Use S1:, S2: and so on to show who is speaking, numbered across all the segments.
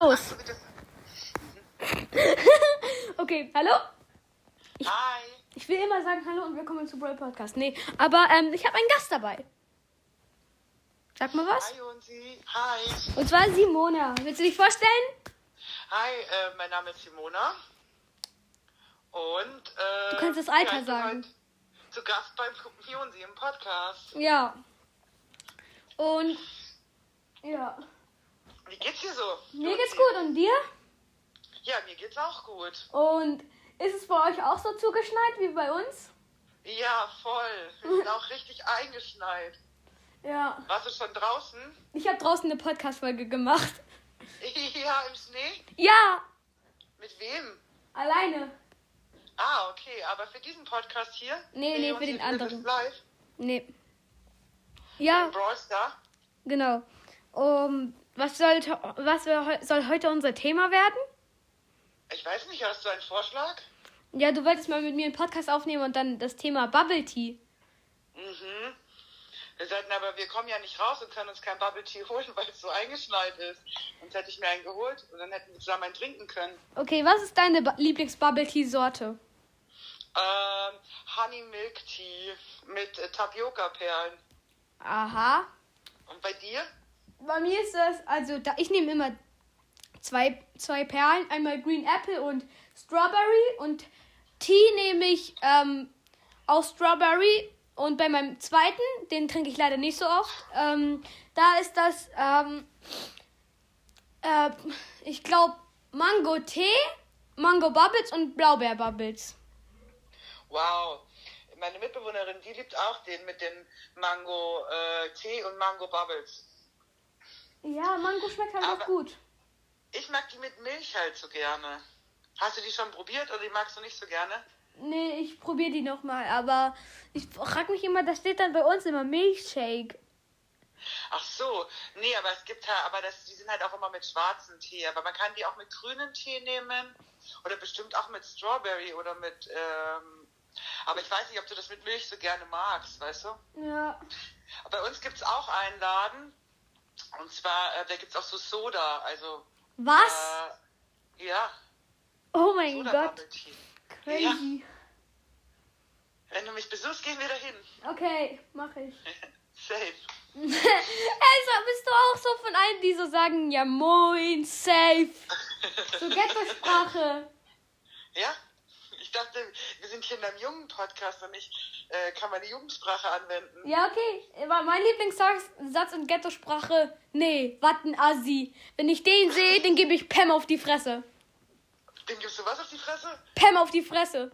S1: Los. okay, hallo?
S2: Hi.
S1: Ich will immer sagen Hallo und willkommen zu Brawl Podcast. Nee, aber ähm, ich habe einen Gast dabei. Sag mal was.
S2: Hi und Sie. Hi.
S1: Und zwar Simona. Willst du dich vorstellen?
S2: Hi, äh, mein Name ist Simona. Und äh,
S1: Du kannst das Alter
S2: ja, ich bin
S1: sagen.
S2: heute Zu Gast beim Jonsy im Podcast.
S1: Ja. Und. Ja.
S2: Wie geht's dir so?
S1: Mir geht's
S2: Jonsi?
S1: gut und dir?
S2: Ja, mir geht's auch gut.
S1: Und ist es bei euch auch so zugeschneit wie bei uns?
S2: Ja, voll. Wir sind auch richtig eingeschneit.
S1: Ja.
S2: Warst du schon draußen?
S1: Ich habe draußen eine Podcast-Folge gemacht.
S2: ja, im Schnee?
S1: Ja,
S2: Mit wem?
S1: alleine.
S2: Ah, okay. Aber für diesen Podcast hier?
S1: Nee, nee, für
S2: Jonsi,
S1: den
S2: du bist
S1: anderen.
S2: Live.
S1: Nee. Ja.
S2: Brawl Star.
S1: Genau. Um, was soll, was wir heu- soll heute unser Thema werden?
S2: Ich weiß nicht, hast du einen Vorschlag?
S1: Ja, du wolltest mal mit mir einen Podcast aufnehmen und dann das Thema Bubble Tea.
S2: Mhm. Wir sagten aber, wir kommen ja nicht raus und können uns kein Bubble Tea holen, weil es so eingeschneit ist. Sonst hätte ich mir einen geholt und dann hätten wir zusammen einen trinken können.
S1: Okay, was ist deine Ba- Lieblings-Bubble Tea-Sorte?
S2: Ähm, Honey Milk Tea mit äh, Tapioca-Perlen.
S1: Aha.
S2: Und bei dir?
S1: Bei mir ist das, also da, ich nehme immer zwei, zwei Perlen, einmal Green Apple und Strawberry und Tea nehme ich ähm, auch Strawberry und bei meinem zweiten, den trinke ich leider nicht so oft, ähm, da ist das, ähm, äh, ich glaube, Mango Tee, Mango Bubbles und Blaubeer Bubbles.
S2: Wow. Meine Mitbewohnerin, die liebt auch den mit dem Mango äh, Tee und Mango Bubbles.
S1: Ja, Mango schmeckt halt
S2: Aber-
S1: auch gut.
S2: Ich mag die mit Milch halt so gerne. Hast du die schon probiert oder die magst du nicht so gerne?
S1: Nee, ich probiere die nochmal, aber ich frage mich immer, da steht dann bei uns immer Milchshake.
S2: Ach so, nee, aber es gibt halt, aber das, die sind halt auch immer mit schwarzem Tee. Aber man kann die auch mit grünem Tee nehmen oder bestimmt auch mit Strawberry oder mit. Ähm, aber ich weiß nicht, ob du das mit Milch so gerne magst, weißt du?
S1: Ja.
S2: Bei uns gibt es auch einen Laden und zwar, äh, da gibt es auch so Soda, also.
S1: Was?
S2: Äh, ja,
S1: oh mein
S2: Soda
S1: Gott,
S2: Bubble Tea.
S1: crazy.
S2: Wenn du mich besuchst, gehen wir dahin.
S1: Okay, mache ich.
S2: Safe.
S1: Elsa, bist du auch so von allen, die so sagen, ja moin, safe. So Ghetto-Sprache.
S2: Ja? Ich dachte, wir sind hier in einem jungen Podcast und ich äh, kann meine Jugendsprache anwenden.
S1: Ja, okay. War mein Lieblingssatz in Ghetto-Sprache, nee, watten Assi. Wenn ich den sehe, den gebe ich Pam auf die Fresse.
S2: Dem gibst du was auf die Fresse?
S1: Pam auf die Fresse.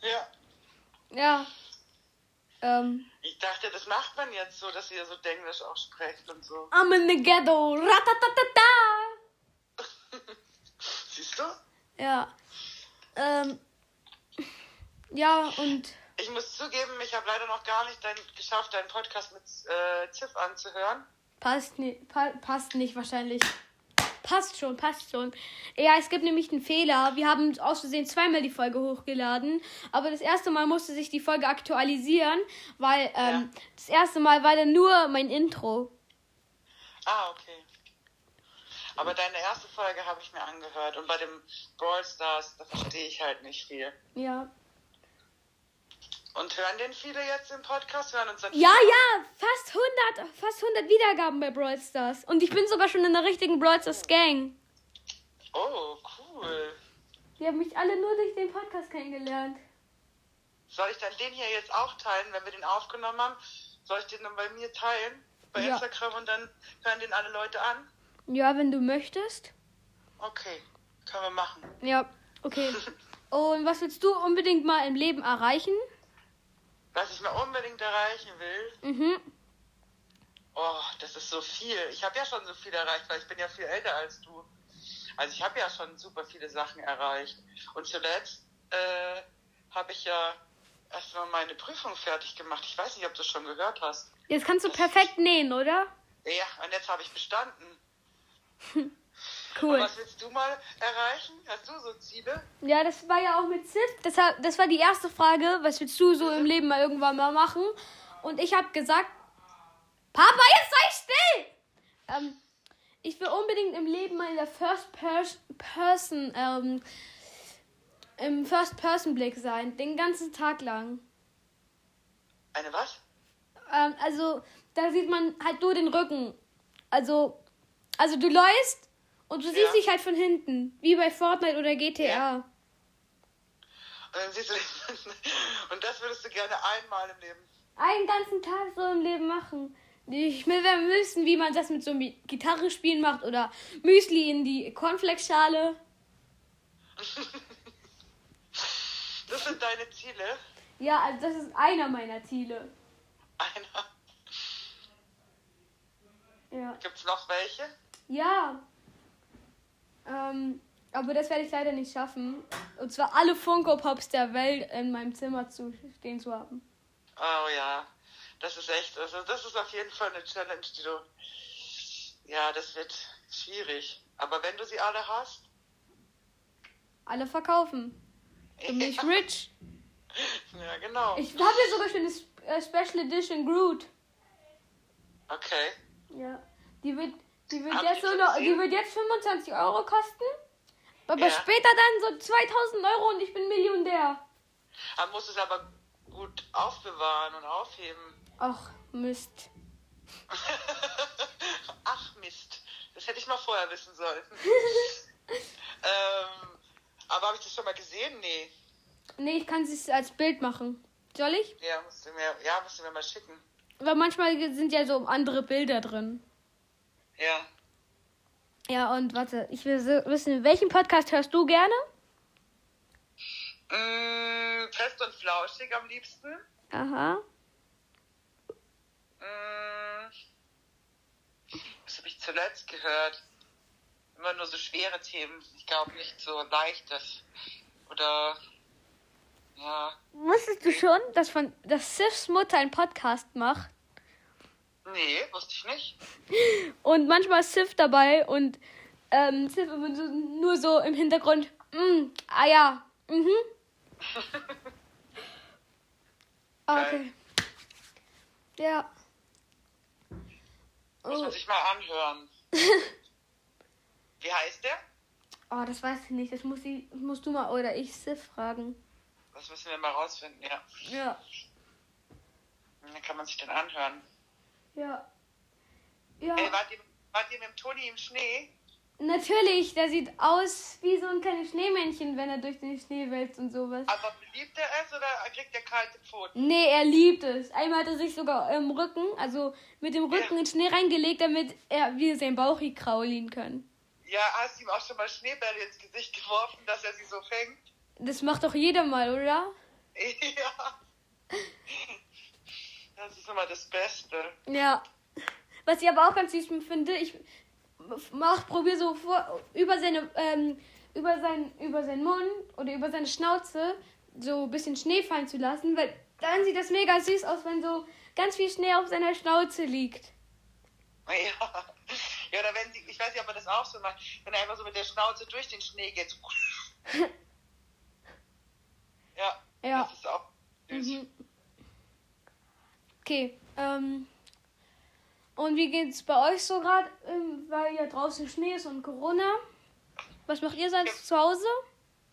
S2: Ja.
S1: Ja. Ähm.
S2: Ich dachte, das macht man jetzt so, dass ihr so Denglisch auch sprecht und so.
S1: I'm in the ghetto. Ratatatata.
S2: Siehst du?
S1: Ja. Ähm. Ja, und.
S2: Ich muss zugeben, ich habe leider noch gar nicht dein, geschafft, deinen Podcast mit äh, Ziff anzuhören.
S1: Passt, ni pa passt nicht wahrscheinlich. Passt schon, passt schon. Ja, es gibt nämlich einen Fehler. Wir haben aus Versehen zweimal die Folge hochgeladen. Aber das erste Mal musste sich die Folge aktualisieren, weil ähm, das erste Mal war dann nur mein Intro.
S2: Ah, okay. Aber deine erste Folge habe ich mir angehört und bei dem Brawl Stars, da verstehe ich halt nicht viel.
S1: Ja.
S2: Und hören den viele jetzt im Podcast? Hören uns dann
S1: Ja, ja, fast 100, fast 100 Wiedergaben bei Brawl Stars. Und ich bin sogar schon in der richtigen Brawl Stars Gang.
S2: Oh, cool.
S1: Die haben mich alle nur durch den Podcast kennengelernt.
S2: Soll ich dann den hier jetzt auch teilen, wenn wir den aufgenommen haben? Soll ich den dann bei mir teilen? Bei
S1: Ja.
S2: Instagram und dann hören den alle Leute an?
S1: Ja, wenn du möchtest.
S2: Okay, können wir machen.
S1: Ja, okay. Und was willst du unbedingt mal im Leben erreichen?
S2: Was ich mir unbedingt erreichen will,
S1: Mhm.
S2: oh, das ist so viel. Ich habe ja schon so viel erreicht, weil ich bin ja viel älter als du. Also ich habe ja schon super viele Sachen erreicht. Und zuletzt äh, habe ich ja erstmal meine Prüfung fertig gemacht. Ich weiß nicht, ob du es schon gehört hast.
S1: Jetzt kannst du perfekt nähen, oder?
S2: Ja, und jetzt habe ich bestanden. Und
S1: Cool.
S2: was willst du mal erreichen? Hast du so Ziele?
S1: Ja, das war ja auch mit Sid. Das, ha- das war die erste Frage. Was willst du so im Leben mal irgendwann mal machen? Und ich habe gesagt, Ähm, unbedingt im Leben mal in der First Pers Person, ähm, im First Person Blick sein, den ganzen Tag lang.
S2: Eine was?
S1: Ähm, also, da sieht man halt nur den Rücken. Also, also du läufst und du
S2: Ja.
S1: siehst dich halt von hinten, wie bei Fortnite oder GTA.
S2: Ja. Und dann siehst du Und das würdest du gerne einmal im Leben.
S1: einen ganzen Tag so im Leben machen. Ich will gerne wissen, wie man das mit so einem Gitarre spielen macht oder Müsli in die Cornflakes-Schale.
S2: Das sind deine Ziele.
S1: Ja, also das ist einer meiner Ziele.
S2: Einer.
S1: Ja.
S2: Gibt's noch welche?
S1: Ja. Ähm, aber das werde ich leider nicht schaffen. Und zwar alle Funko Pops der Welt in meinem Zimmer zu stehen zu haben.
S2: Oh ja. Das ist echt, also das ist auf jeden Fall eine Challenge, die du. Ja, das wird schwierig. Aber wenn du sie alle hast,
S1: Alle verkaufen. Dann bin ich rich.
S2: ja genau.
S1: Ich habe ja sogar schon eine Sp- äh, Special Edition Groot.
S2: Okay.
S1: Ja. Die wird, die wird,
S2: Habt
S1: jetzt,
S2: ihr
S1: so
S2: schon
S1: noch, die
S2: gesehen?
S1: wird jetzt 25 Euro kosten. Aber
S2: Ja.
S1: später dann so 2000 Euro und ich bin Millionär.
S2: Man muss es aber gut aufbewahren und aufheben.
S1: Ach, Mist.
S2: Ach Mist, das hätte ich mal vorher wissen sollen. ähm, aber habe ich das schon mal gesehen? Nee.
S1: Nee, ich kann es als Bild machen. Soll ich?
S2: Ja, musst du mir, ja, musst du mir mal schicken.
S1: Weil manchmal sind ja so andere Bilder drin.
S2: Ja.
S1: Ja, und warte, ich will so wissen, welchen Podcast hörst du gerne?
S2: Mm, fest und flauschig am liebsten.
S1: Aha.
S2: Mm, was habe ich zuletzt gehört? Immer nur so schwere Themen. Ich glaube nicht so leichtes. Oder ja.
S1: Wusstest du schon, dass, von, dass Sifs Mutter einen Podcast macht?
S2: Nee, wusste ich nicht.
S1: Und manchmal ist Sif dabei und ähm, Sif immer so, nur so im Hintergrund. Mm, ah ja. Mhm. Ah, Okay. Ja.
S2: Muss
S1: Oh.
S2: man sich mal anhören. Wie heißt der?
S1: oh, das weiß ich nicht. Das muss ich, musst du mal oder ich Sif fragen.
S2: Das müssen wir mal rausfinden, ja.
S1: Ja.
S2: Dann kann man sich den anhören.
S1: Ja. Ja.
S2: Ey, wart ihr, wart ihr mit dem Toni im Schnee?
S1: Natürlich, der sieht aus wie so ein kleines Schneemännchen, wenn er durch den Schnee wälzt und sowas.
S2: Aber Also, liebt er es oder kriegt er kalte Pfoten?
S1: Nee, er liebt es. Einmal hat er sich sogar im Rücken, also mit dem Rücken
S2: Ja.
S1: in Schnee reingelegt, damit er wir seinen Bauch hier kraulen können.
S2: Ja, hast du ihm auch schon mal Schneebälle ins Gesicht geworfen, dass er sie so fängt?
S1: Das macht doch jeder mal, oder?
S2: ja. Das ist immer das Beste.
S1: Ja. Was ich aber auch ganz süß finde, ich mach, probier so vor, über seine, ähm, über seinen, über seinen Mund oder über seine Schnauze so ein bisschen Schnee fallen zu lassen, weil dann sieht das mega süß aus, wenn so ganz viel Schnee auf seiner Schnauze liegt.
S2: Ja. Ja, oder wenn sie, ich weiß nicht, ob er das auch so macht, wenn er einfach so mit der Schnauze durch den Schnee geht. So. Ja,
S1: Ja.
S2: das ist auch süß.
S1: Mhm. Okay, ähm. Und wie geht's bei euch so gerade, ähm, weil ja draußen Schnee ist und Corona? Was macht ihr sonst zu Hause?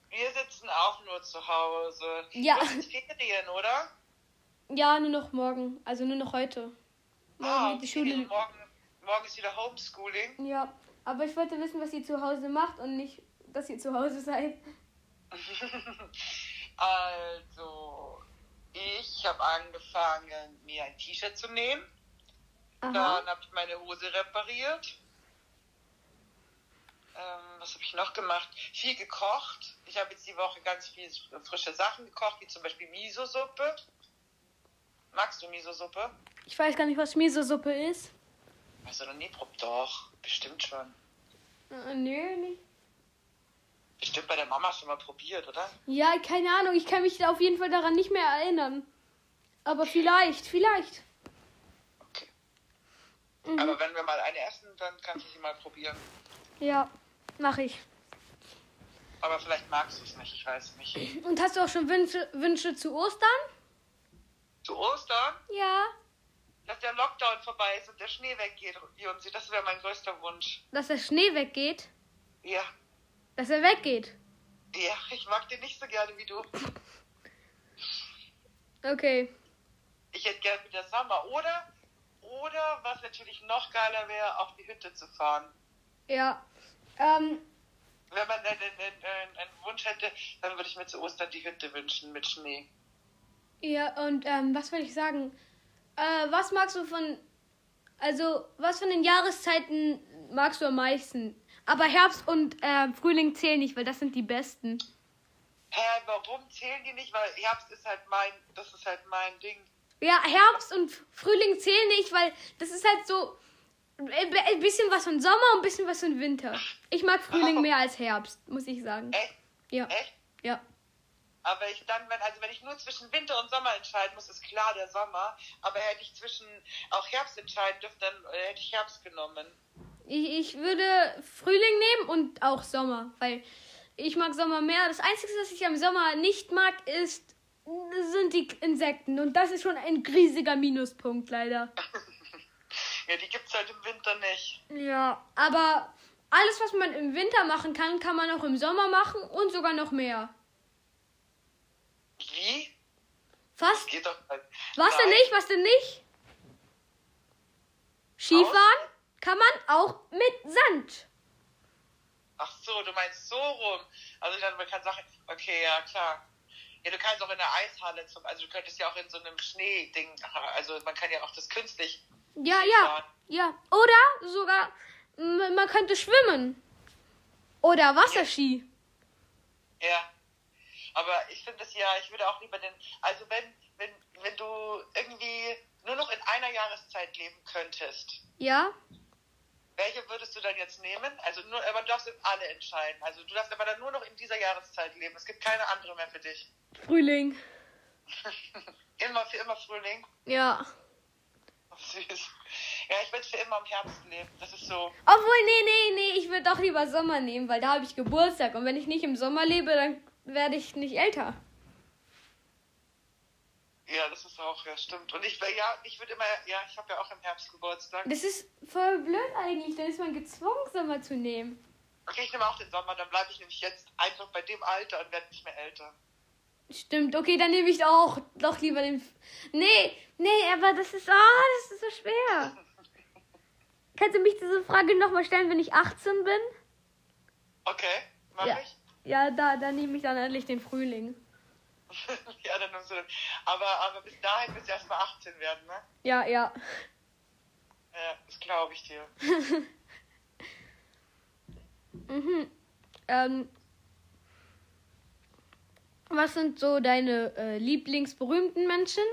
S2: Wir sitzen auch nur zu Hause.
S1: Ja.
S2: Du hast Ferien, oder?
S1: Ja, nur noch morgen, also nur noch heute. Morgen
S2: Ah,
S1: die
S2: okay.
S1: Schule.
S2: Morgen, morgen ist wieder Homeschooling.
S1: Ja, aber ich wollte wissen, was ihr zu Hause macht und nicht, dass ihr zu Hause seid.
S2: Also, ich habe angefangen, mir ein T-Shirt zu nähen.
S1: Aha.
S2: Dann habe ich meine Hose repariert. Ähm, was habe ich noch gemacht? Viel gekocht. Ich habe jetzt die Woche ganz viel frische Sachen gekocht, wie zum Beispiel Miso-Suppe. Magst du Miso-Suppe?
S1: Ich weiß gar nicht, was Miso-Suppe ist.
S2: Hast du noch nie probiert? Doch, bestimmt schon.
S1: Äh, nö, nicht.
S2: Bestimmt bei der Mama schon mal probiert, oder?
S1: Ja, keine Ahnung, ich kann mich auf jeden Fall daran nicht mehr erinnern. Aber vielleicht, vielleicht.
S2: Okay. Aber wenn wir mal eine essen, dann kannst du sie mal probieren.
S1: Ja, mache ich.
S2: Aber vielleicht magst du es nicht, ich weiß nicht.
S1: Und hast du auch schon Wünsche, Wünsche zu Ostern?
S2: Zu Ostern?
S1: Ja.
S2: dass der Lockdown vorbei ist und der Schnee weggeht, Jonsi. Das wäre mein größter Wunsch.
S1: Dass der Schnee weggeht?
S2: Ja.
S1: Dass er weggeht?
S2: Ja, ich mag den nicht so gerne wie du.
S1: Okay.
S2: Ich hätte gerne wieder Sommer. Oder, oder was natürlich noch geiler wäre, auf die Hütte zu fahren.
S1: Ja. Ähm,
S2: Wenn man einen, einen, einen, einen Wunsch hätte, dann würde ich mir zu Ostern die Hütte wünschen mit Schnee.
S1: ja, und ähm, was will ich sagen? Äh, was magst du von. Also, was von den Jahreszeiten magst du am meisten? Aber Herbst und äh, Frühling zählen nicht, weil das sind die besten.
S2: Hä, warum zählen die nicht? Weil Herbst ist halt mein, das ist halt mein Ding.
S1: Ja, Herbst und Frühling zählen nicht, weil das ist halt so äh, ein bisschen was von Sommer und ein bisschen was von Winter. Ich mag Frühling mehr als Herbst, muss ich sagen.
S2: Echt?
S1: Ja,
S2: Echt?
S1: ja.
S2: Aber ich dann, wenn, also wenn ich nur zwischen Winter und Sommer entscheiden muss, ist klar der Sommer. Aber hätte ich zwischen auch Herbst entscheiden dürfen, dann äh, hätte ich Herbst genommen.
S1: Ich, ich würde Frühling nehmen und auch Sommer, weil ich mag Sommer mehr. Das Einzige, was ich am Sommer nicht mag, ist sind die Insekten und das ist schon ein riesiger Minuspunkt leider.
S2: Ja, die gibt's halt im Winter nicht.
S1: Ja, aber alles, was man im Winter machen kann, kann man auch im Sommer machen und sogar noch mehr.
S2: Wie?
S1: Fast
S2: Geht doch halt.
S1: Was denn nicht? Was denn nicht? Skifahren kann man auch mit Sand.
S2: Ach so, du meinst so rum. Also dann man kann Sachen. Okay, ja klar. Ja, du kannst auch in der Eishalle zum, also du könntest ja auch in so einem Schneeding, also man kann ja auch das künstlich.
S1: Ja, ja, ja. Oder sogar, m- man könnte schwimmen. Oder Wasserski.
S2: Ja. Aber ich finde es ja, ich würde auch lieber den, also wenn, wenn, wenn du irgendwie nur noch in einer Jahreszeit leben könntest,
S1: Ja?
S2: welche würdest du dann jetzt nehmen? Also nur, aber du darfst jetzt alle entscheiden. Also du darfst aber dann nur noch in dieser Jahreszeit leben. Es gibt keine andere mehr für dich.
S1: Frühling.
S2: Immer für immer Frühling.
S1: Ja.
S2: Oh, Süß. Ja, ich will für immer im Herbst leben. Das ist so.
S1: Obwohl, nee, nee, nee, ich würde doch lieber Sommer nehmen, weil da habe ich Geburtstag. Und wenn ich nicht im Sommer lebe, dann werde ich nicht älter.
S2: Ja, das ist auch, ja, stimmt. Und ich, wär- ja, ich würde immer, ja, ich habe ja auch im Herbst Geburtstag.
S1: Das ist voll blöd eigentlich. Dann ist man gezwungen, Sommer zu nehmen.
S2: Okay, ich nehme auch den Sommer, dann bleibe ich nämlich jetzt einfach bei dem Alter und werde nicht mehr älter.
S1: Stimmt, okay, dann nehme ich auch doch lieber den. F nee, nee, aber das ist. Ah, das ist so schwer. Kannst du mich diese Frage nochmal stellen, wenn ich 18 bin?
S2: Okay, mach
S1: Ja.
S2: ich.
S1: Ja, da, da nehme ich dann endlich den Frühling.
S2: ja, dann nimmst du das. Aber, aber bis dahin willst du erst mal 18 werden, ne?
S1: Ja, ja.
S2: Ja, das glaube ich dir.
S1: Ähm, was sind so deine äh, lieblingsberühmten Menschen?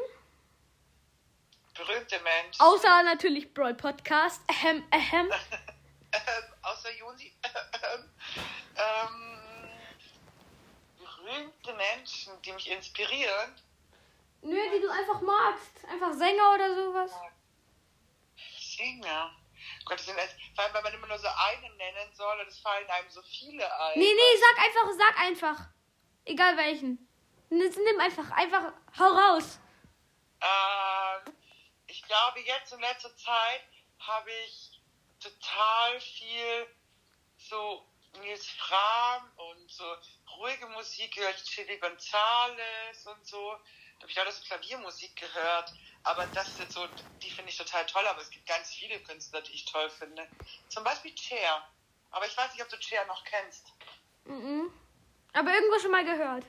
S2: Berühmte Mensch.
S1: Außer natürlich Brawl Podcast. Ahem, ahem.
S2: Ähm, außer Jonsi. ähm, berühmte Menschen, die mich inspirieren.
S1: Nö, die du einfach magst. Einfach Sänger oder sowas.
S2: Sänger. Gott, das sind erst, vor allem, weil man immer nur so einen nennen soll und es fallen einem so viele ein.
S1: Nee, nee, sag einfach, sag einfach. Egal welchen. Nimm nimm einfach, einfach, hau raus.
S2: Ähm, ich glaube, jetzt in letzter Zeit habe ich total viel so Nils Fram und so ruhige Musik gehört, Chili Gonzales und so. Da habe ich auch so Klaviermusik gehört. Aber das ist jetzt so, die finde ich total toll. Aber es gibt ganz viele Künstler, die ich toll finde. Zum Beispiel Cher. Aber ich weiß nicht, ob du Cher noch kennst.
S1: Mhm. Aber irgendwo schon mal gehört.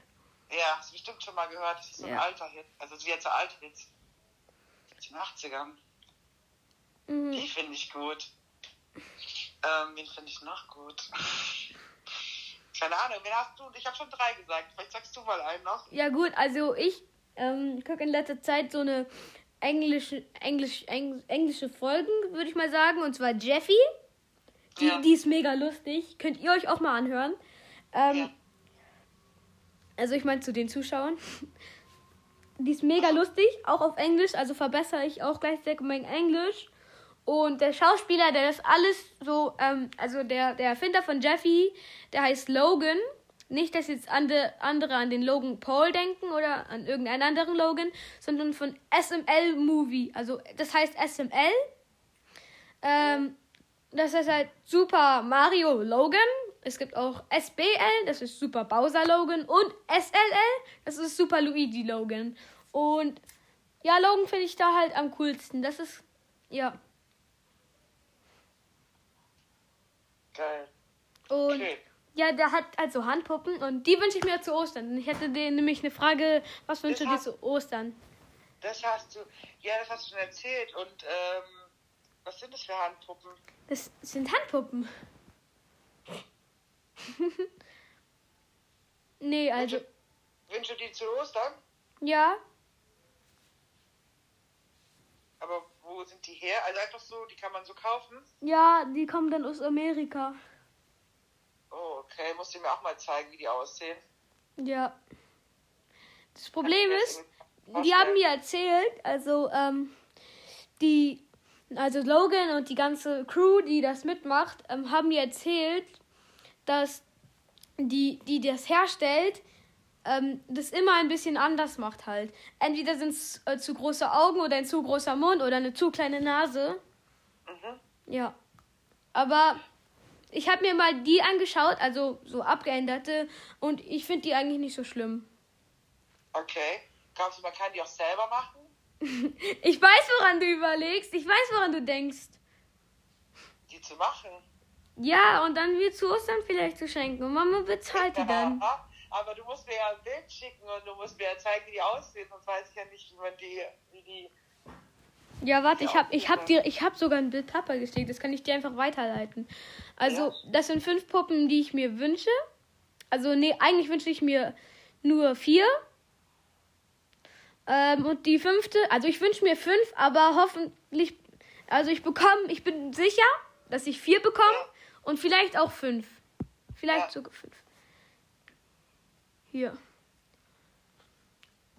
S2: Ja, hast du bestimmt schon mal gehört. Das ist so ein
S1: Ja.
S2: alter Hit. Also sie hat so alte Hits. Aus den 80ern.
S1: Mhm.
S2: Die finde ich gut. Ähm, wen finde ich noch gut? Keine Ahnung, wen hast du? Ich habe schon drei gesagt. Vielleicht sagst du mal einen noch.
S1: Ja gut, also ich ähm, gucke in letzter Zeit so eine englische, englisch, Eng, englische Folgen, würde ich mal sagen. Und zwar Jeffy. Die,
S2: Ja.
S1: die ist mega lustig. Könnt ihr euch auch mal anhören. Ähm,
S2: Ja.
S1: Also ich meine zu den Zuschauern. Die ist mega lustig, auch auf Englisch, also verbessere ich auch gleichzeitig mein Englisch. Und der Schauspieler, der das alles so, ähm, also der, der Erfinder von Jeffy, der heißt Logan. nicht, dass jetzt ande, andere an den Logan Paul denken oder an irgendeinen anderen Logan, sondern von SML Movie. Also das heißt SML. Ähm, das ist halt Super Mario Logan. Es gibt auch SBL, das ist Super Bowser Logan. Und SLL, das ist Super Luigi Logan. Und ja, Logan finde ich da halt am coolsten. Das ist, ja.
S2: Geil.
S1: Und
S2: Okay.
S1: ja, der hat also Handpuppen und die wünsche ich mir zu Ostern. Und Ich hätte dir nämlich eine Frage, was wünschst du dir
S2: hat-
S1: zu Ostern?
S2: Das hast du, ja, das hast du schon erzählt. Und ähm, was sind das für Handpuppen?
S1: Das sind Handpuppen. nee, also,
S2: Wünsche, wünsche die zu Ostern?
S1: ja.
S2: Aber wo sind die her? Also einfach so, die kann man so kaufen.
S1: Ja, die kommen dann aus Amerika.
S2: Oh, okay. Musst du mir auch mal zeigen, wie die aussehen.
S1: Ja. Dus Das Problem
S2: Kann ich mir
S1: ist,
S2: das
S1: die haben
S2: vorstellen?
S1: mir erzählt, also ähm, die, also Logan und die ganze Crew, die das mitmacht, ähm, haben mir erzählt, dass die, die das herstellt, ähm, das immer ein bisschen anders macht halt. Entweder sind es äh, zu große Augen oder ein zu großer Mund oder eine zu kleine Nase.
S2: Mhm.
S1: Ja. Aber ich habe mir mal die angeschaut, also so abgeänderte, und ich finde die eigentlich nicht so schlimm.
S2: Okay. Glaubst du, man kann die auch selber machen?
S1: Ich weiß, woran du überlegst. Ich weiß, woran du denkst.
S2: Die zu machen?
S1: Ja, und dann wird zu Ostern vielleicht zu schenken. Und Mama bezahlt Halt die dann.
S2: Ja, aber du musst mir ja ein Bild schicken und du musst mir ja zeigen, wie die aussehen, sonst weiß ich ja nicht, wie man die, wie die.
S1: Ja, warte, ich hab, ich hab dir, ich hab sogar ein Bild Papa geschickt. Das kann ich dir einfach weiterleiten. Also, das sind fünf Puppen, die ich mir wünsche. Also, nee, eigentlich wünsche ich mir nur vier. Ähm, und die fünfte, also ich wünsche mir fünf, aber hoffentlich, also ich bekomme, ich bin sicher, dass ich vier bekomme und vielleicht auch fünf. Vielleicht
S2: Ja.
S1: sogar fünf. Hier.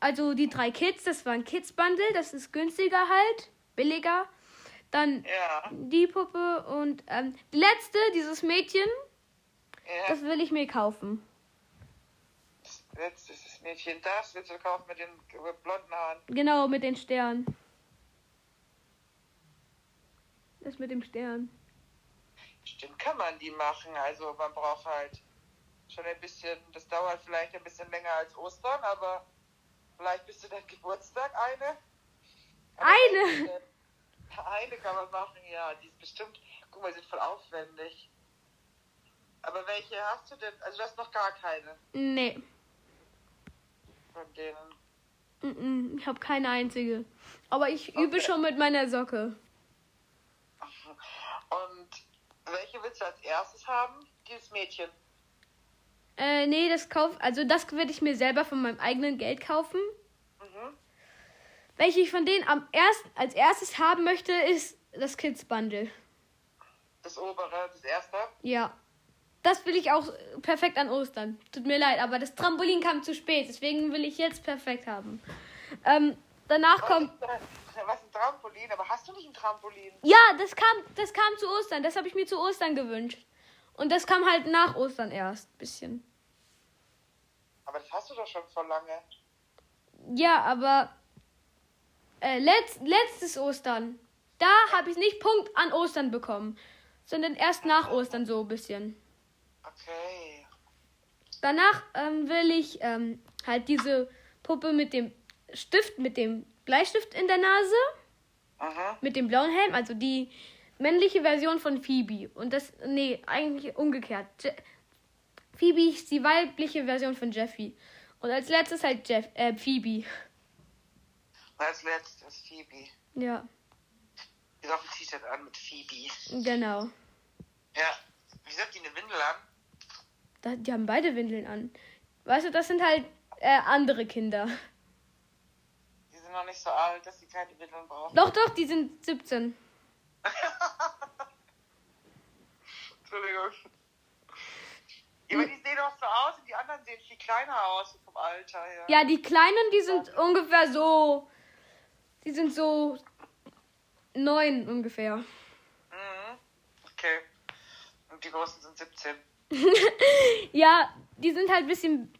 S1: Also die drei Kids, das war ein Kids-Bundle, das ist günstiger halt, billiger. Dann
S2: Ja,
S1: die Puppe und ähm, die letzte, dieses Mädchen,
S2: ja.
S1: das will ich mir kaufen.
S2: Das letzte ist das Mädchen. Das willst du kaufen mit den blonden Haaren.
S1: Genau, mit den Sternen. Das mit dem Stern.
S2: Stimmt, kann man die machen. Also man braucht halt schon ein bisschen, das dauert vielleicht ein bisschen länger als Ostern, aber vielleicht bist du dein Geburtstag eine. Aber
S1: Eine?
S2: Eine, eine kann man machen, ja. Die ist bestimmt, guck mal, die sind voll aufwendig. Aber welche hast du denn? Also du hast noch gar keine
S1: Nee,
S2: von denen.
S1: mm, mm, ich habe keine einzige. Aber ich übe
S2: Okay.
S1: schon mit meiner Socke.
S2: Und welche willst du als erstes haben? Dieses Mädchen.
S1: Äh, nee, das kauf, also das würde ich mir selber von meinem eigenen Geld kaufen.
S2: Mhm.
S1: Welche ich von denen am ersten, als erstes haben möchte, ist das Kids Bundle.
S2: Das obere, das erste.
S1: Ja. Das will ich auch perfekt an Ostern. Tut mir leid, aber das Trampolin kam zu spät. Deswegen will ich jetzt perfekt haben. Ähm, danach kommt.
S2: Was ein Trampolin, aber hast du nicht ein Trampolin?
S1: Ja, das kam, das kam zu Ostern. Das habe ich mir zu Ostern gewünscht. Und das kam halt nach Ostern erst. Bisschen.
S2: Aber das hast du doch schon vor lange.
S1: Ja, aber. Äh, letzt, letztes Ostern. Da habe ich nicht Punkt an Ostern bekommen. Sondern erst nach Ostern so ein bisschen.
S2: Okay.
S1: Danach ähm, will ich ähm, halt diese Puppe mit dem Stift, mit dem Bleistift in der Nase,
S2: Aha.
S1: mit dem blauen Helm, also die männliche Version von Phoebe. Und das, nee, eigentlich umgekehrt. Je Phoebe ist die weibliche Version von Jeffy. Und als letztes halt Jeff, äh, Phoebe.
S2: Als letztes Phoebe.
S1: Ja,
S2: Ist auch ein T-Shirt an mit Phoebe.
S1: genau.
S2: Ja. Wieso hat die eine Windel an?
S1: Da, die haben beide Windeln an. Weißt du, das sind halt äh, andere Kinder.
S2: Die sind noch nicht so alt, dass sie keine Windeln brauchen.
S1: Doch, doch, die sind 17.
S2: Entschuldigung. Ja, aber die sehen doch so aus und die anderen sehen viel kleiner aus vom Alter her.
S1: Ja, die Kleinen, die sind ungefähr so. Die sind so neun ungefähr.
S2: Mhm. Okay. Und die Großen sind 17.
S1: ja, die sind halt ein bisschen.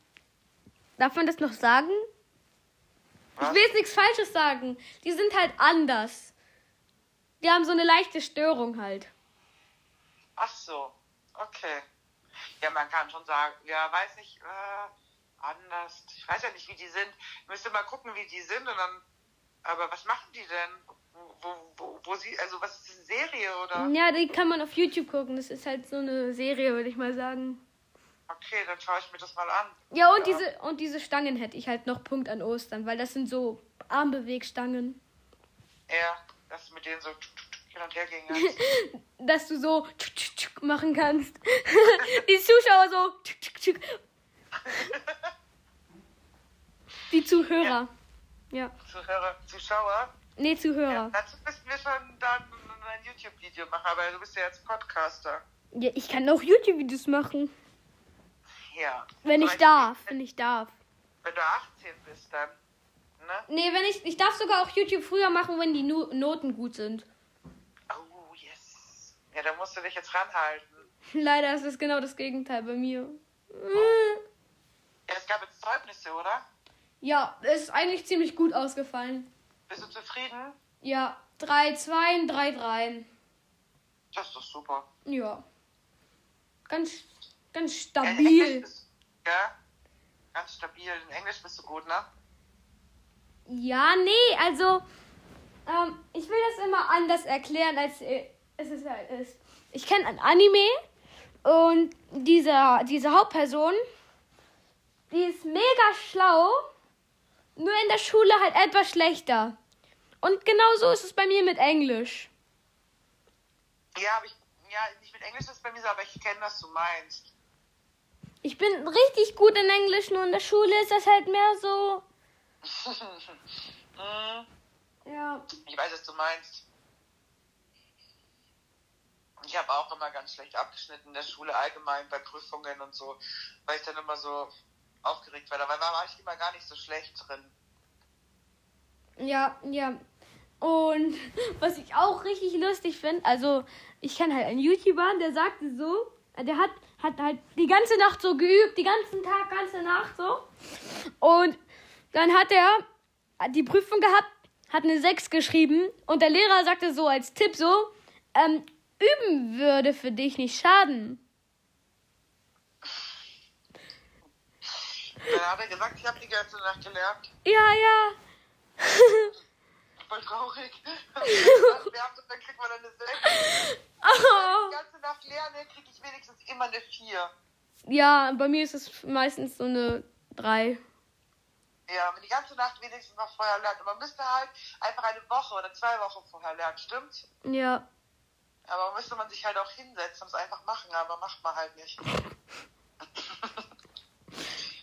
S1: Darf man das noch sagen? Ich
S2: Was?
S1: will jetzt nichts Falsches sagen. Die sind halt anders. Die haben so eine leichte Störung halt.
S2: Ach so, okay. Ja, man kann schon sagen, ja, weiß nicht, äh, anders. Ich weiß ja nicht, wie die sind. Ich müsste mal gucken, wie die sind und dann. Aber was machen die denn? Wo, wo, wo sie, also was ist das, eine Serie oder?
S1: Ja, die kann man auf YouTube gucken. Das ist halt so eine Serie, würde ich mal sagen.
S2: Okay, dann schaue ich mir das mal an.
S1: Ja, und diese und diese Stangen hätte ich halt noch Punkt an Ostern, weil das sind so Armbewegstangen,
S2: Ja, dass du mit denen so tsch, tsch, tsch hin und her gingst.
S1: dass du so tschuk, tschuk, tschuk machen kannst. die Zuschauer so tschuk, tschuk, tschuk. Die Zuhörer. Ja.
S2: Zuhörer, Zuschauer.
S1: Nee,
S2: Ja.
S1: Zuhörer.
S2: Dazu müssen wir schon dann ein YouTube-Video machen, aber du bist ja jetzt Podcaster.
S1: Ja, ich kann auch YouTube Videos machen,
S2: Ja.
S1: wenn
S2: Aber
S1: ich darf, wenn ich darf.
S2: Wenn du 18 bist, dann. Ne?
S1: Nee, wenn ich ich darf sogar auch YouTube früher machen, wenn die Nu- Noten gut sind.
S2: Oh, yes. Ja, da musst du dich jetzt ranhalten.
S1: Leider ist es genau das Gegenteil bei mir.
S2: Ja, es gab jetzt Zeugnisse, oder?
S1: Ja, es ist eigentlich ziemlich gut ausgefallen.
S2: Bist du zufrieden?
S1: Ja, 3, 2, 3, 3.
S2: Das ist doch super.
S1: Ja. Ganz, ganz
S2: Ja, in Äh, Englisch
S1: stabil.
S2: bist, ja, ganz stabil. In Englisch bist du gut, ne?
S1: Ja, nee, also ähm, ich will das immer anders erklären, als äh, es ist halt ist. Ich kenne ein Anime und dieser, diese Hauptperson, die ist mega schlau, nur in der Schule halt etwas schlechter. Und genau so ist es bei mir mit Englisch.
S2: Ja, aber ich. Ja, nicht mit Englisch ist bei mir so, aber ich kenne, was du meinst.
S1: Ich bin richtig gut in Englisch, nur in der Schule ist das halt mehr so.
S2: Hm.
S1: Ja.
S2: Ich weiß, was du meinst. Ich habe auch immer ganz schlecht abgeschnitten in der Schule allgemein bei Prüfungen und so, weil ich dann immer so aufgeregt war. Dabei war, war ich immer gar nicht so schlecht drin.
S1: Ja, ja. Und was ich auch richtig lustig finde, also ich kenne halt einen YouTuber, der sagte so, der hat, hat halt die ganze Nacht so geübt, die ganzen Tag, ganze Nacht so. Und dann hat er die Prüfung gehabt, hat eine 6 geschrieben und der Lehrer sagte so als Tipp so, ähm, üben würde für dich nicht schaden.
S2: Dann hat er gesagt, ich habe die ganze Nacht gelernt.
S1: Ja, ja.
S2: Voll traurig. Wenn man und dann kriegt man eine 6. Die
S1: Oh.
S2: ganze Nacht lerne, kriege ich wenigstens immer eine 4.
S1: Ja, bei mir ist es meistens so eine 3.
S2: Ja, wenn die ganze Nacht wenigstens noch vorher lernt. Und man müsste halt einfach eine Woche oder zwei Wochen vorher lernen, stimmt?
S1: Ja.
S2: Aber müsste man sich halt auch hinsetzen und es einfach machen, aber macht man halt nicht.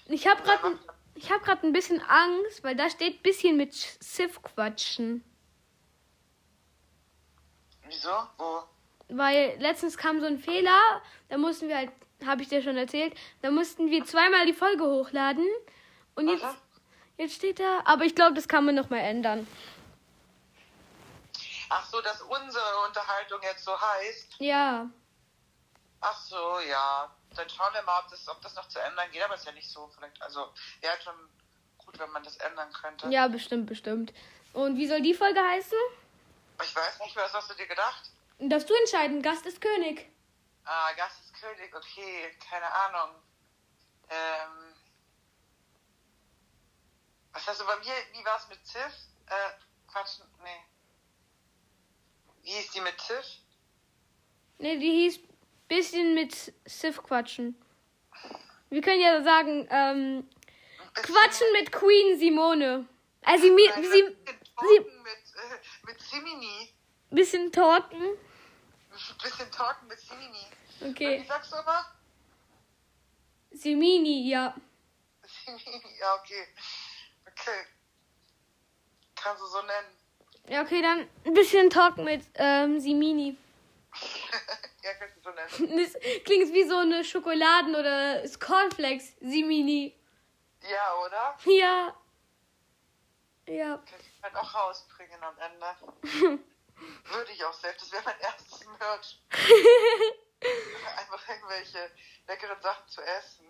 S1: Ich habe gerade ich hab grad ein bisschen Angst, weil da steht bisschen mit Sch- Sif quatschen.
S2: Wieso? Wo?
S1: Weil letztens kam so ein Fehler, da mussten wir halt, habe ich dir schon erzählt, da mussten wir zweimal die Folge hochladen. Und jetzt,
S2: Aha.
S1: jetzt steht da, aber ich glaube, das kann man nochmal ändern.
S2: Ach so, dass unsere Unterhaltung jetzt so heißt.
S1: Ja,
S2: Ach so, ja. Dann schauen wir mal, ob das, ob das noch zu ändern geht. Aber ist ja nicht so. Vielleicht, also wäre halt schon gut, wenn man das ändern könnte.
S1: ja, bestimmt, bestimmt. Und wie soll die Folge heißen?
S2: Ich weiß nicht, was hast du dir gedacht?
S1: Darfst du entscheiden, Gast ist König.
S2: Ah, Gast ist König, okay. Keine Ahnung. Ähm. Was hast du bei mir? Wie war es mit Tiff? Äh, Quatsch, nee. Wie ist die mit Tiff?
S1: Ne, die hieß bisschen mit Sif quatschen. Wir können ja sagen, ähm, Quatschen mit Queen Simone. Also sie, mi-
S2: Nein,
S1: sie
S2: Talken mit, äh, mit Simini.
S1: bisschen torten.
S2: Ein bisschen Talken mit Simini. Und Wie
S1: Okay.
S2: sagst du immer?
S1: Simini, ja.
S2: Simini, ja, okay. Okay. Kannst du so nennen.
S1: Ja, okay, dann ein bisschen Talk mit ähm, Simini.
S2: ja, kannst du so nennen.
S1: Das klingt wie so eine Schokoladen- oder das Cornflakes Simini.
S2: Ja, oder?
S1: Ja. Ja.
S2: Könnte ich halt auch rausbringen am Ende. Würde ich auch selbst. Das wäre mein erstes Merch. einfach irgendwelche leckeren Sachen zu essen.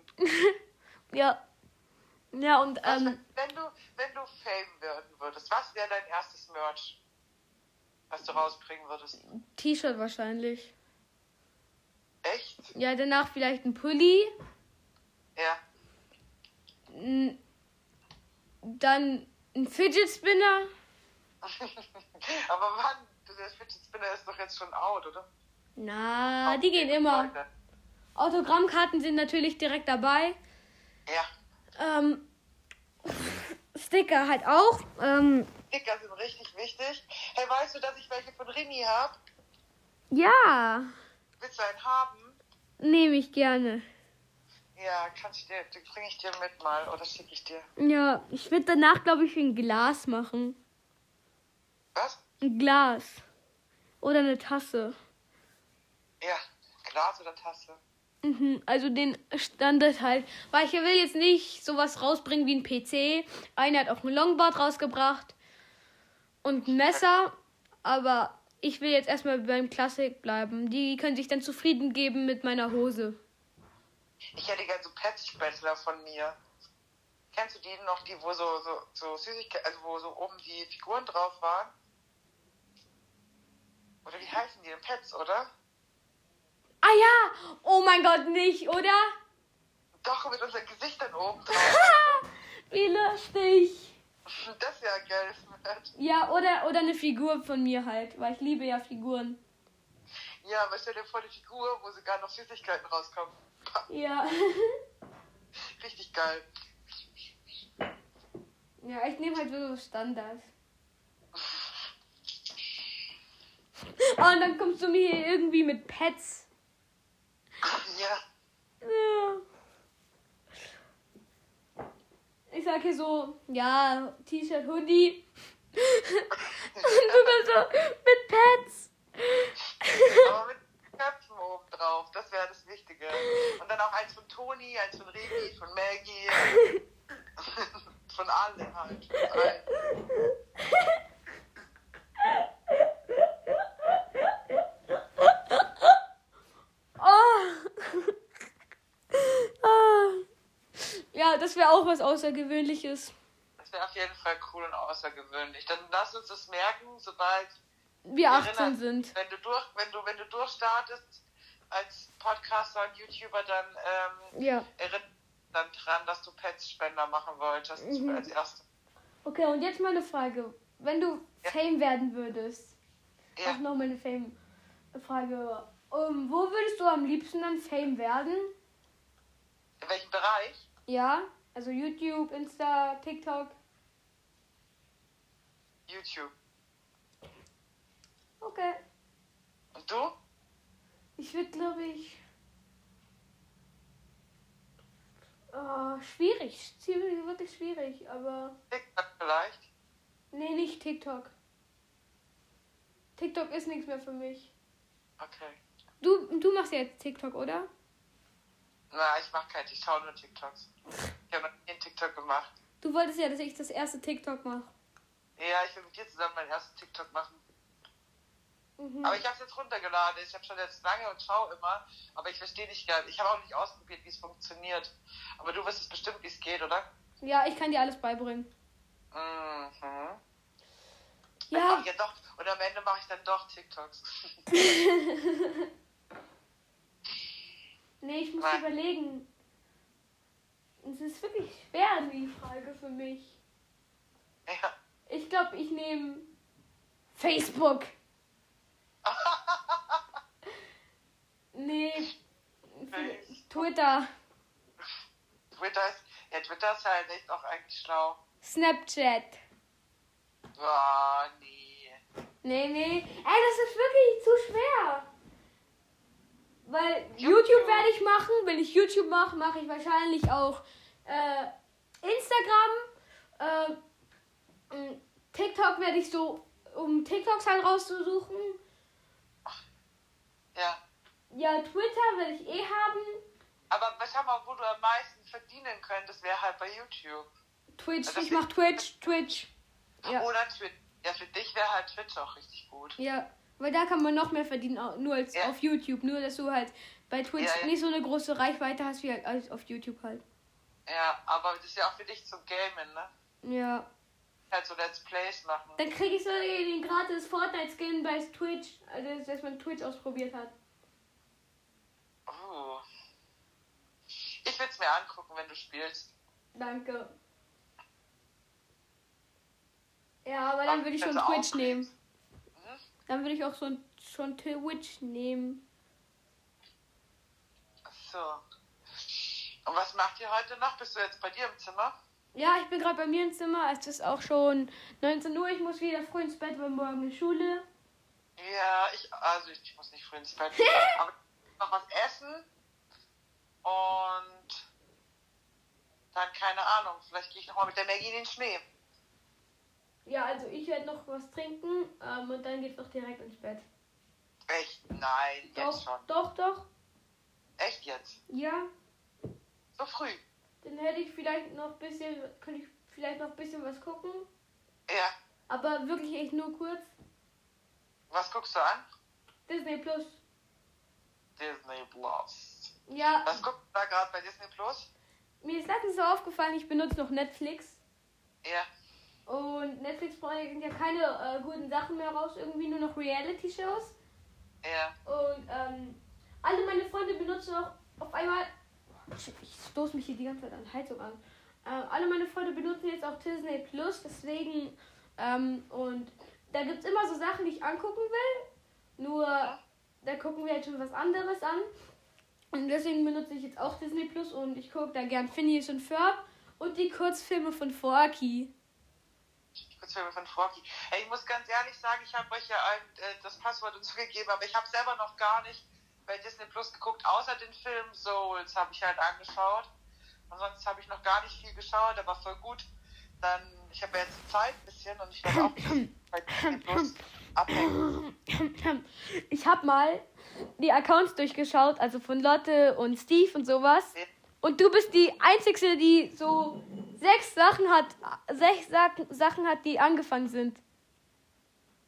S1: Ja. Ja, und
S2: Was,
S1: ähm,
S2: wenn, du, wenn du Fame werden würdest, was wäre dein erstes Merch, was du rausbringen würdest?
S1: T-Shirt wahrscheinlich.
S2: Echt?
S1: Ja, danach vielleicht ein Pulli.
S2: Ja.
S1: n- Dann ein Fidget Spinner.
S2: Aber Mann, der Fidget Spinner ist doch jetzt schon out, oder?
S1: Na, Ah, die gehen immer. Autogrammkarten sind natürlich direkt dabei.
S2: Ja.
S1: Ähm, Sticker halt auch. Ähm,
S2: Sticker sind richtig wichtig. Hey, weißt du, dass ich welche von Rini habe?
S1: ja,
S2: Willst du einen haben?
S1: nehme ich gerne.
S2: Ja, kann ich dir, den bringe ich dir mit mal oder schicke ich dir.
S1: Ja, ich würde danach, glaube ich, ein Glas machen.
S2: Was?
S1: Ein Glas. Oder eine Tasse.
S2: Ja. Glas oder Tasse?
S1: Mhm, Also den Standard halt. Weil ich will jetzt nicht sowas rausbringen wie ein PC. Einer hat auch ein Longboard rausgebracht. Und ein Messer. Aber ich will jetzt erstmal beim Classic bleiben. Die können sich dann zufrieden geben mit meiner Hose.
S2: Ich hätte gerne so Patch-Bettler von mir. Kennst du die noch, die, wo so, so, so Süßigkeiten, also wo so oben die Figuren drauf waren? Oder wie heißen die denn? Pets, oder?
S1: Ah ja! Oh mein Gott, nicht, oder?
S2: Doch, mit unseren Gesichtern oben drauf.
S1: Wie lustig!
S2: Das ist ja geil. Mensch.
S1: Ja, oder, oder eine Figur von mir halt, weil ich liebe ja Figuren.
S2: Ja, aber stell dir vor, die Figur, wo sogar noch Süßigkeiten rauskommen. Pah,
S1: Ja.
S2: Richtig geil.
S1: Ja, ich nehme halt so Standard. Oh, und dann kommst du mir hier irgendwie mit Pets.
S2: Ja,
S1: Ja. Ich sag hier so, ja, T-Shirt, Hoodie. Und du kommst so mit Pets.
S2: aber mit Köpfen oben drauf. Das wäre das Wichtige. Und dann auch eins von Toni, eins von Regi, von Maggie. von allen halt. Von allen.
S1: Oh. Ah. Ja, das wäre auch was Außergewöhnliches.
S2: Das wäre auf jeden Fall cool und außergewöhnlich. Dann lass uns das merken, sobald
S1: Wir 18
S2: erinnert-
S1: sind.
S2: Wenn du durch, wenn du, wenn du durchstartest als Podcaster und YouTuber, dann ähm,
S1: Ja.
S2: erinnert dann dran, dass du Pets-Spender machen wolltest
S1: Mhm.
S2: als erste.
S1: Okay, und jetzt mal eine Frage. Wenn du
S2: Ja.
S1: Fame werden würdest,
S2: Ja.
S1: auch nochmal eine Fame-Frage. Ähm, wo würdest du am liebsten dann Fame werden?
S2: In welchem Bereich?
S1: Ja, also YouTube, Insta, TikTok.
S2: YouTube.
S1: Okay.
S2: Und du?
S1: Ich würde, glaube ich. Oh, schwierig. Ziemlich, wirklich schwierig, aber.
S2: TikTok vielleicht?
S1: Nee, nicht TikTok. TikTok ist nichts mehr für mich.
S2: Okay.
S1: Du, du machst ja jetzt TikTok, oder?
S2: Na, ich mache kein, ich schaue nur TikToks. Ich habe noch nie einen TikTok gemacht.
S1: Du wolltest ja, dass ich das erste TikTok mache.
S2: Ja, ich will mit dir zusammen meinen ersten TikTok machen.
S1: Mhm.
S2: Aber ich habe es jetzt runtergeladen. Ich habe schon jetzt lange und schaue immer. Aber ich verstehe nicht ganz. Ich habe auch nicht ausprobiert, wie es funktioniert. Aber du wirst es bestimmt, wie es geht, oder?
S1: Ja, ich kann dir alles beibringen.
S2: Mhm.
S1: Ja,
S2: Ach, ja doch. Und am Ende mache ich dann doch TikToks.
S1: nee, ich muss
S2: Nein.
S1: überlegen. Es ist wirklich schwer, die Frage für mich.
S2: ja.
S1: Ich glaube, ich nehme Facebook. nee, Twitter,
S2: Twitter ist, ja, Twitter ist halt echt auch eigentlich schlau.
S1: Snapchat.
S2: Boah, nee.
S1: Nee, nee. Ey, das ist wirklich zu schwer. Weil YouTube werde ich machen. Wenn ich YouTube mache, mache ich wahrscheinlich auch äh, Instagram. Äh, m, TikTok werde ich so, um TikToks halt rauszusuchen.
S2: Ja.
S1: Ja, Twitter werde ich eh haben.
S2: Aber schau mal, wo du am meisten verdienen könntest, wäre halt bei YouTube.
S1: Twitch,
S2: Also
S1: ich mache Twitch, Twitch. Ja.
S2: Oder Twitch. Ja, für dich wäre halt Twitch auch richtig gut.
S1: Ja, Weil da kann man noch mehr verdienen, au- nur als
S2: Ja.
S1: auf YouTube. Nur, dass du halt bei Twitch
S2: Ja, ja.
S1: nicht so eine große Reichweite hast wie halt als auf YouTube halt.
S2: Ja, aber das ist ja auch für dich zum Gamen, ne?
S1: Ja.
S2: Halt so Let's Plays machen.
S1: Dann krieg ich so den gratis Fortnite-Skin bei Twitch, also dass man Twitch ausprobiert hat.
S2: Oh. Ich würde es mir angucken, wenn du spielst.
S1: Danke. Ja, aber dann würde ich schon
S2: Also auch-
S1: Twitch nehmen.
S2: Hm?
S1: Dann würde ich auch schon, schon Twitch nehmen.
S2: So. Und was macht ihr heute noch? Bist du jetzt bei dir im Zimmer?
S1: Ja, ich bin gerade bei mir im Zimmer. Es ist auch schon 19 Uhr. Ich muss wieder früh ins Bett, weil morgen ist Schule.
S2: Ja, ich, also ich muss nicht früh ins Bett. aber noch was essen. Und dann keine Ahnung. Vielleicht gehe ich nochmal mit der Maggie in den Schnee.
S1: Ja, also ich werde noch was trinken ähm, und dann geht's noch direkt ins Bett.
S2: Echt? Nein, jetzt
S1: Doch,
S2: schon.
S1: doch, doch.
S2: Echt jetzt?
S1: Ja,
S2: So früh.
S1: dann hätte ich vielleicht noch ein bisschen, könnte ich vielleicht noch ein bisschen was gucken.
S2: Ja.
S1: Aber wirklich echt nur kurz.
S2: Was guckst du an?
S1: Disney Plus.
S2: Disney Plus.
S1: Ja,
S2: Was guckst du da gerade bei Disney Plus?
S1: mir ist letztens so aufgefallen, ich benutze noch Netflix.
S2: Ja.
S1: Und Netflix-Freunde sind ja keine äh, guten Sachen mehr raus, irgendwie nur noch Reality-Shows.
S2: Ja.
S1: Und ähm, alle meine Freunde benutzen auch auf einmal. Oh, shit, Ich stoß mich hier die ganze Zeit an Heizung an. Ähm, alle meine Freunde benutzen jetzt auch Disney Plus, deswegen. Ähm, und da gibt es immer so Sachen, die ich angucken will. Nur da gucken wir jetzt schon was anderes an. Und deswegen benutze ich jetzt auch Disney Plus und ich gucke da gern Phineas und Ferb und die Kurzfilme von Forky.
S2: Kurzfilme von Forky. Ey, ich muss ganz ehrlich sagen, ich habe euch ja ein, äh, das Passwort und so gegeben, aber ich habe selber noch gar nicht bei Disney Plus geguckt, außer den Film Souls habe ich halt angeschaut. Ansonsten habe ich noch gar nicht viel geschaut, aber voll gut. Dann, ich habe ja jetzt Zeit ein bisschen und ich werde auch bei Disney Plus abhängen.
S1: Ich hab mal die Accounts durchgeschaut, also von Lotte und Steve und sowas. Und du bist die Einzige, die so sechs Sachen hat, sechs Sa- Sachen hat, die angefangen sind.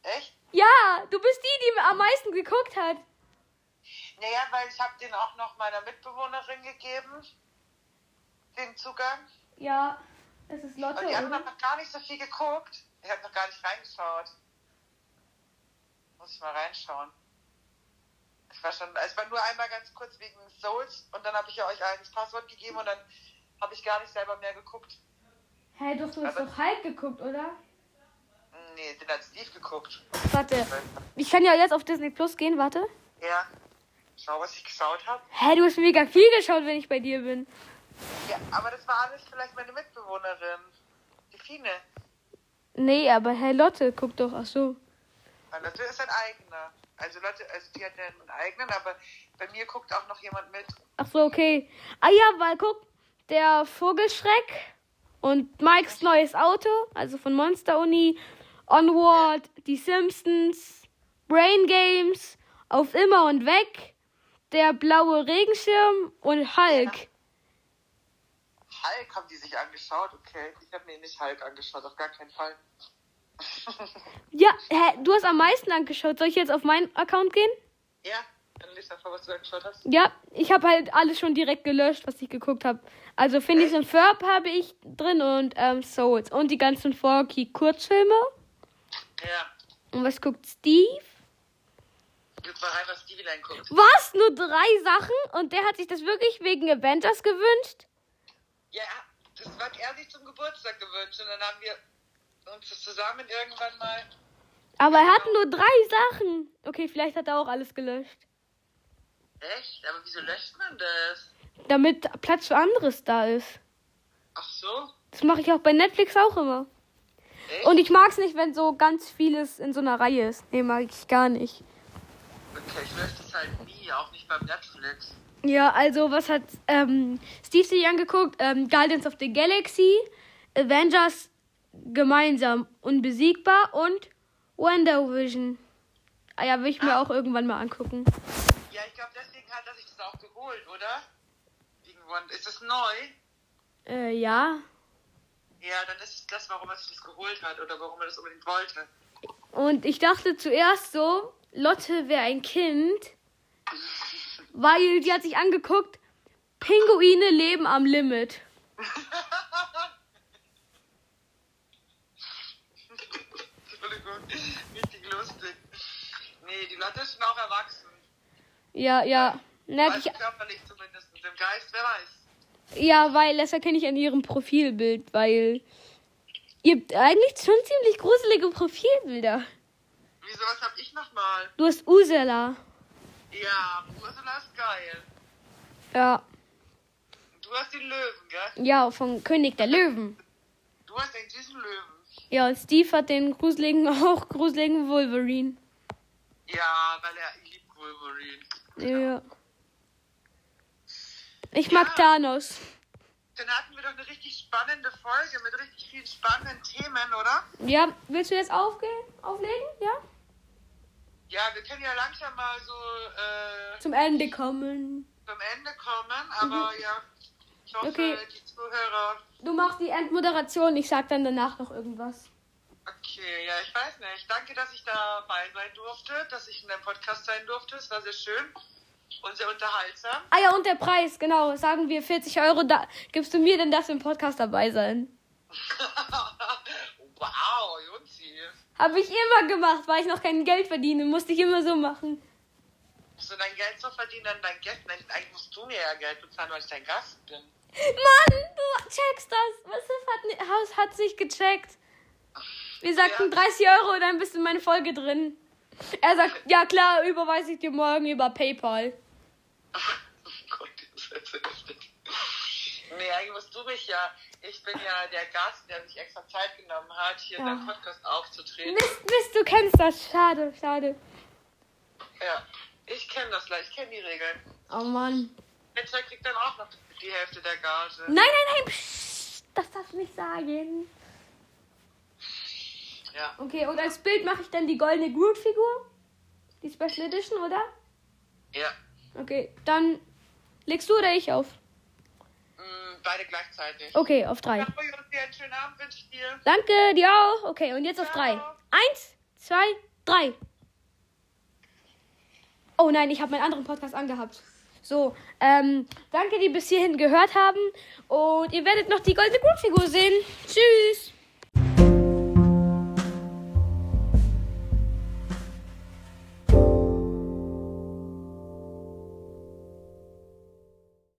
S2: Echt?
S1: Ja, du bist die, die am meisten geguckt hat.
S2: Naja, weil ich habe den auch noch meiner Mitbewohnerin gegeben, den Zugang.
S1: Ja, das ist Lotte,
S2: Und die anderen haben
S1: oder?
S2: noch gar nicht so viel geguckt. Ich habe noch gar nicht reingeschaut. Muss ich mal reinschauen. Ich war schon, es war nur einmal ganz kurz wegen Souls und dann habe ich ja euch allen das Passwort gegeben und dann habe ich gar nicht selber mehr geguckt.
S1: Hä, doch, du hast
S2: Aber-
S1: doch halb geguckt, oder?
S2: Nee, den hat Steve geguckt.
S1: Warte, ich kann ja jetzt auf Disney Plus gehen, warte.
S2: Ja. Schau, was ich geschaut habe.
S1: Hä, du hast mega viel geschaut, wenn ich bei dir bin.
S2: Ja, aber das war alles vielleicht meine Mitbewohnerin. Die Fine.
S1: Nee, aber hä, Lotte, guck doch, ach so.
S2: Weil Lotte ist ein eigener. Also Lotte, also die hat ja einen eigenen, aber bei mir guckt auch noch jemand mit.
S1: Ach so, okay. Ah ja, weil guck, der Vogelschreck und Mikes neues Auto, also von Monster Uni, Onward, die Simpsons, Brain Games, Auf immer und weg, der blaue Regenschirm und Hulk.
S2: Hulk haben die sich angeschaut, okay. Ich habe mir nicht Hulk angeschaut, auf gar keinen Fall.
S1: Ja, hä, du hast am meisten angeschaut. Soll ich jetzt auf meinen Account gehen?
S2: Ja, dann lies einfach, was du angeschaut hast.
S1: Ja, ich habe halt alles schon direkt gelöscht, was ich geguckt habe. Also Phineas und Ferb habe ich drin und ähm, Souls und die ganzen Forky-Kurzfilme.
S2: Ja.
S1: Und was guckt Steve?
S2: Gib mal rein, was die wieder anguckt.
S1: Was? Nur drei Sachen? Und der hat sich das wirklich wegen Avengers gewünscht?
S2: Ja, das hat er sich zum Geburtstag gewünscht und dann haben wir uns das zusammen irgendwann mal.
S1: Aber er hat nur drei Sachen. Okay, vielleicht hat er auch alles gelöscht.
S2: Echt? Aber wieso löscht man das?
S1: Damit Platz für anderes da ist.
S2: Ach so?
S1: Das mache ich auch bei Netflix auch immer.
S2: Echt?
S1: Und ich mag es nicht, wenn so ganz vieles in so einer Reihe ist. Nee, mag ich gar nicht.
S2: okay, ich lösche das halt nie, auch nicht beim Netflix.
S1: Ja, also was hat ähm, Steve sich angeguckt? Ähm, Guardians of the Galaxy, Avengers gemeinsam, Unbesiegbar und Wonder Vision. Ah ja, will ich mir auch irgendwann mal angucken.
S2: Ja, ich glaube, deswegen hat er sich das auch geholt, oder? Irgendwann. Ist es neu?
S1: Äh, ja.
S2: Ja, dann ist es das, warum er sich das geholt hat oder warum er das unbedingt wollte.
S1: Und ich dachte zuerst so, Lotte wäre ein Kind, weil die hat sich angeguckt, Pinguine leben am Limit.
S2: Entschuldigung, richtig lustig. Nee, die Leute sind auch erwachsen.
S1: Ja, ja. Na,
S2: Also
S1: ich,
S2: körperlich zumindest. Mit dem Geist, wer weiß.
S1: ja, weil das erkenne ich an ihrem Profilbild, weil ihr habt eigentlich schon ziemlich gruselige Profilbilder.
S2: Wieso, was hab ich nochmal?
S1: Du hast Ursula.
S2: Ja, Ursula ist geil.
S1: Ja,
S2: Du hast den Löwen, gell?
S1: ja, vom König der Löwen.
S2: Du hast den süßen Löwen.
S1: Ja, und Steve hat den gruseligen, auch gruseligen Wolverine.
S2: Ja, weil er liebt Wolverine.
S1: Ja. Ich mag
S2: Ja.
S1: Thanos.
S2: Dann hatten wir doch eine richtig spannende Folge mit richtig vielen spannenden Themen, oder?
S1: Ja, willst du jetzt aufgehen, auflegen? Ja?
S2: Ja, wir können ja langsam mal so äh,
S1: Zum Ende kommen.
S2: zum Ende kommen, aber ja, ich hoffe,
S1: Mhm. Okay.
S2: die Zuhörer.
S1: Du machst die Endmoderation, ich sag dann danach noch irgendwas.
S2: Okay, ja, ich weiß nicht. Danke, dass ich dabei sein durfte, dass ich in deinem Podcast sein durfte. Es war sehr schön und sehr unterhaltsam.
S1: Ah ja, und der Preis, genau. Sagen wir 40 Euro, da gibst du mir denn das im Podcast dabei sein?
S2: wow, Junzi.
S1: Habe ich immer gemacht, weil ich noch kein Geld verdiene. Musste ich immer so machen.
S2: Musst du dein Geld so verdienen an deinen Gästen? Eigentlich musst du mir ja Geld bezahlen, weil ich dein Gast bin.
S1: Mann, du checkst das. Wasif hat, ni- Haus hat nicht gecheckt. Wir sagten 30 Euro, dann bist du in meine Folge drin. Er sagt, ja klar, überweise ich dir morgen über PayPal.
S2: Oh Gott, das ist jetzt heftig. Nee, eigentlich musst du mich ja. Ich bin ja der Gast, der sich extra Zeit genommen hat, hier in deinem Podcast aufzutreten.
S1: Mist, Mist, du kennst das. Schade, schade.
S2: Ja, ich kenne das gleich, ich kenne die Regeln.
S1: Oh Mann.
S2: Mensch, kriegt dann auch noch die Hälfte der Gage.
S1: Nein, nein, nein, psst, das darfst du nicht sagen.
S2: Ja,
S1: Okay, und als Bild mache ich dann die goldene Groot-Figur. Die Special Edition, oder?
S2: ja.
S1: Okay, dann legst du oder ich auf?
S2: Mm, beide gleichzeitig.
S1: Okay, auf drei.
S2: Ja, Jungs, dir einen schönen Abend wünsche ich dir.
S1: Danke, dir auch. Okay, und jetzt auf drei.
S2: Ciao.
S1: Eins, zwei, drei. Oh nein, ich habe meinen anderen Podcast angehabt. So, ähm, danke, die bis hierhin gehört haben. Und ihr werdet noch die goldene Grundfigur sehen. Tschüss.